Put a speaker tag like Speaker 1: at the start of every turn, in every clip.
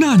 Speaker 1: 大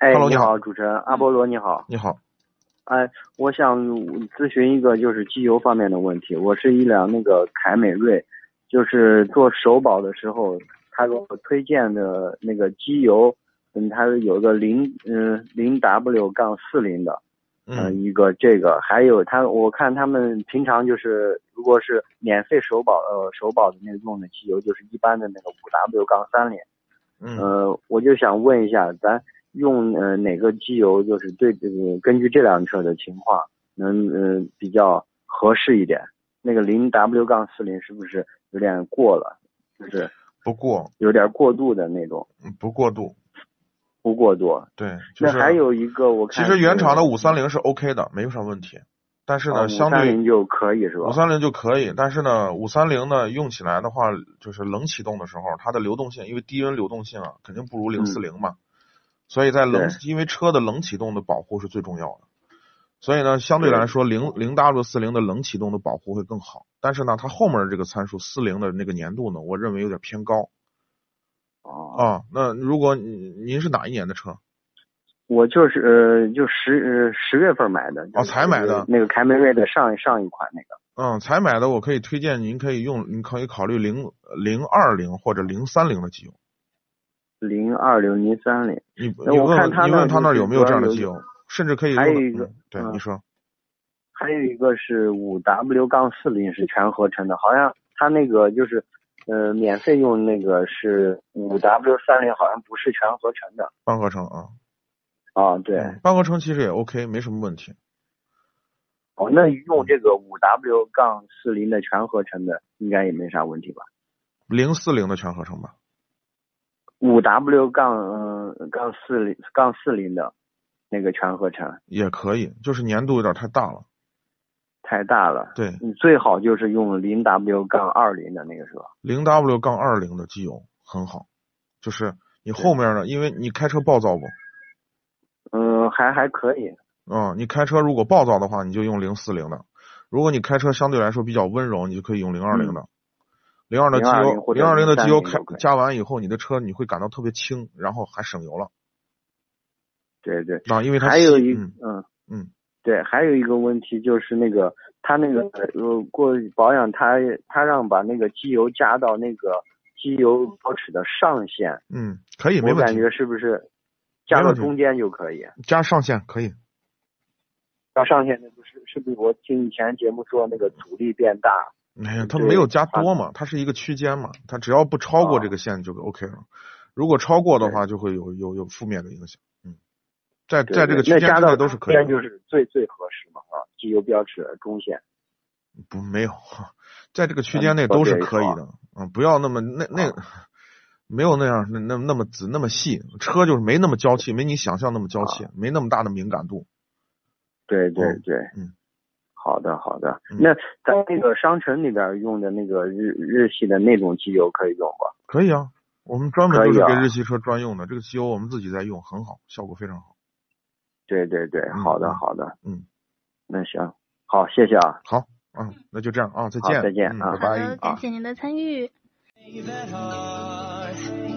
Speaker 2: 哎
Speaker 3: Hello，
Speaker 2: 你
Speaker 3: 你好嗯
Speaker 2: 好，主持人阿波罗，你好。
Speaker 3: 你好，
Speaker 2: 哎，我想咨询一个就是机油方面的问题。我是一辆那个凯美瑞，就是做首保的时候，他给我推荐的那个机油，嗯，它是有个零嗯零 W 杠四零的，呃，
Speaker 3: 嗯
Speaker 2: 一个这个，还有他，我看他们平常就是，如果是免费首保呃首保的那个用的机油，就是一般的那个五 W 杠三零。
Speaker 3: 嗯，
Speaker 2: 呃，我就想问一下，咱用呃哪个机油，就是对这个根据这辆车的情况，能呃比较合适一点？那个零 W 杠四零是不是有点过了？就是
Speaker 3: 不过嗯
Speaker 2: 有点过度的那种，
Speaker 3: 不过度，
Speaker 2: 不过多。
Speaker 3: 对，就
Speaker 2: 那
Speaker 3: 是
Speaker 2: 还有一个，我
Speaker 3: 其
Speaker 2: 看
Speaker 3: 实原厂的五三零是 OK 的，没有啥问题，但是呢，相对
Speaker 2: 哦零就可以是吧？
Speaker 3: 五三零就可以，但是呢，五三零呢用起来的话，就是冷启动的时候，它的流动性，因为低温流动性啊，肯定不
Speaker 2: 嗯
Speaker 3: 如零四零嘛，所以在冷，因为车的冷启动的保护是最重要的，所以呢，相对来说零零 W 四零的冷启动的保护会更好，但是呢，它后面这个参数四零的那个粘度呢，我认为有点偏高
Speaker 2: 哦，
Speaker 3: 啊。那如果您您是哪一年的车？
Speaker 2: 我就是呃，就十呃十月份买的。
Speaker 3: 哦才买的
Speaker 2: 就是那个凯美瑞的上上一款那个。
Speaker 3: 嗯，才买的我可以推荐您可以用，您可以考虑零零二零或者零三零的机油。
Speaker 2: 零二零零三零，
Speaker 3: 你你
Speaker 2: 我看
Speaker 3: 问
Speaker 2: 他
Speaker 3: 你
Speaker 2: 那
Speaker 3: 问他
Speaker 2: 就
Speaker 3: 那儿
Speaker 2: 是
Speaker 3: 有没有
Speaker 2: 主
Speaker 3: 这
Speaker 2: 要
Speaker 3: 样的
Speaker 2: 有
Speaker 3: 机
Speaker 2: 一
Speaker 3: 油，甚至可以
Speaker 2: 还
Speaker 3: 用的
Speaker 2: 有一个
Speaker 3: 嗯对
Speaker 2: 嗯
Speaker 3: 你说，
Speaker 2: 还有一个是五 W 杠四零是全合成的，好像它那个就是，呃，免费用那个是五 W 三零，好像不是全合成的
Speaker 3: 半合成啊，
Speaker 2: 啊。对，
Speaker 3: 嗯半合成其实也 OK，没什么问题。
Speaker 2: 哦，那用这个五 W 杠四零的全合成的，应该也没啥问题吧？
Speaker 3: 零四零的全合成吧，
Speaker 2: 五 W 杠呃杠四零杠四零的，那个全合成
Speaker 3: 也可以，就是粘度有点太大了。
Speaker 2: 太大了，
Speaker 3: 对，
Speaker 2: 你最好就是用零 W 杠二零的那个是吧？
Speaker 3: 零 W 杠二零的机油很好，就是你后面呢，因为你开车暴躁不？
Speaker 2: 嗯，还还可以，
Speaker 3: 嗯，你开车如果暴躁的话，你就用零四零的；如果你开车相对来说比较温柔，你就可以用零二
Speaker 2: 嗯
Speaker 3: 零的。零二的机
Speaker 2: 020
Speaker 3: 油，
Speaker 2: 或者
Speaker 3: 零二零的机油
Speaker 2: 030
Speaker 3: 开
Speaker 2: 都可以
Speaker 3: 加完以后，你的车你会感到特别轻，然后还省油了
Speaker 2: 对对。
Speaker 3: 啊，因为它
Speaker 2: 还有
Speaker 3: 吸
Speaker 2: 一
Speaker 3: 嗯
Speaker 2: 嗯
Speaker 3: 嗯，
Speaker 2: 对，还有一个问题就是那个他那个呃过保养他他让把那个机油加到那个机油保尺的上限，
Speaker 3: 嗯，可以，没
Speaker 2: 我
Speaker 3: 问
Speaker 2: 感
Speaker 3: 题。
Speaker 2: 觉是不是加
Speaker 3: 没
Speaker 2: 到
Speaker 3: 问题
Speaker 2: 中间就可以？
Speaker 3: 加上限可以，
Speaker 2: 到上限那不是是不是我听以前节目说那个阻力变大？
Speaker 3: 哎呀，它
Speaker 2: 对
Speaker 3: 没有加
Speaker 2: 它
Speaker 3: 多嘛，它是一个区间嘛，它只要不超过
Speaker 2: 啊
Speaker 3: 这个线就 OK 了。如果超过的话，就会有有有负面的影响。嗯，在
Speaker 2: 对
Speaker 3: 在这
Speaker 2: 对
Speaker 3: 个区
Speaker 2: 那
Speaker 3: 间
Speaker 2: 加
Speaker 3: 之
Speaker 2: 到
Speaker 3: 内都是可
Speaker 2: 中间
Speaker 3: 以
Speaker 2: 就
Speaker 3: 的。
Speaker 2: 是最最合适嘛啊，机油标尺的中线。
Speaker 3: 不没有，在这个区
Speaker 2: 嗯
Speaker 3: 间内
Speaker 2: 说
Speaker 3: 都是
Speaker 2: 对
Speaker 3: 可以
Speaker 2: 好
Speaker 3: 的。嗯，不要那么那那
Speaker 2: 啊
Speaker 3: 没有那样那那那么仔那么细，车就是没那么娇气，没你想象那么娇气，
Speaker 2: 啊
Speaker 3: 没那么大的敏感度。
Speaker 2: 对对
Speaker 3: 嗯
Speaker 2: 对，
Speaker 3: 嗯，
Speaker 2: 好的好的。
Speaker 3: 嗯
Speaker 2: 那咱那个商城里边用的那个日日系的那种机油可以用不？
Speaker 3: 可以啊，我们专门
Speaker 2: 可
Speaker 3: 就
Speaker 2: 以
Speaker 3: 是给
Speaker 2: 啊
Speaker 3: 日系车专用的，这个机油我们自己在用，很好，效果非常好。
Speaker 2: 对对对，好的好的，
Speaker 3: 嗯，
Speaker 2: 那行，好，谢谢啊。
Speaker 3: 好，嗯，那就这样啊，再
Speaker 2: 好
Speaker 3: 见，
Speaker 2: 再见
Speaker 3: 嗯
Speaker 2: 啊
Speaker 3: 拜
Speaker 4: 好的，
Speaker 3: 拜。
Speaker 2: 啊
Speaker 4: 感谢您的参与。
Speaker 5: that I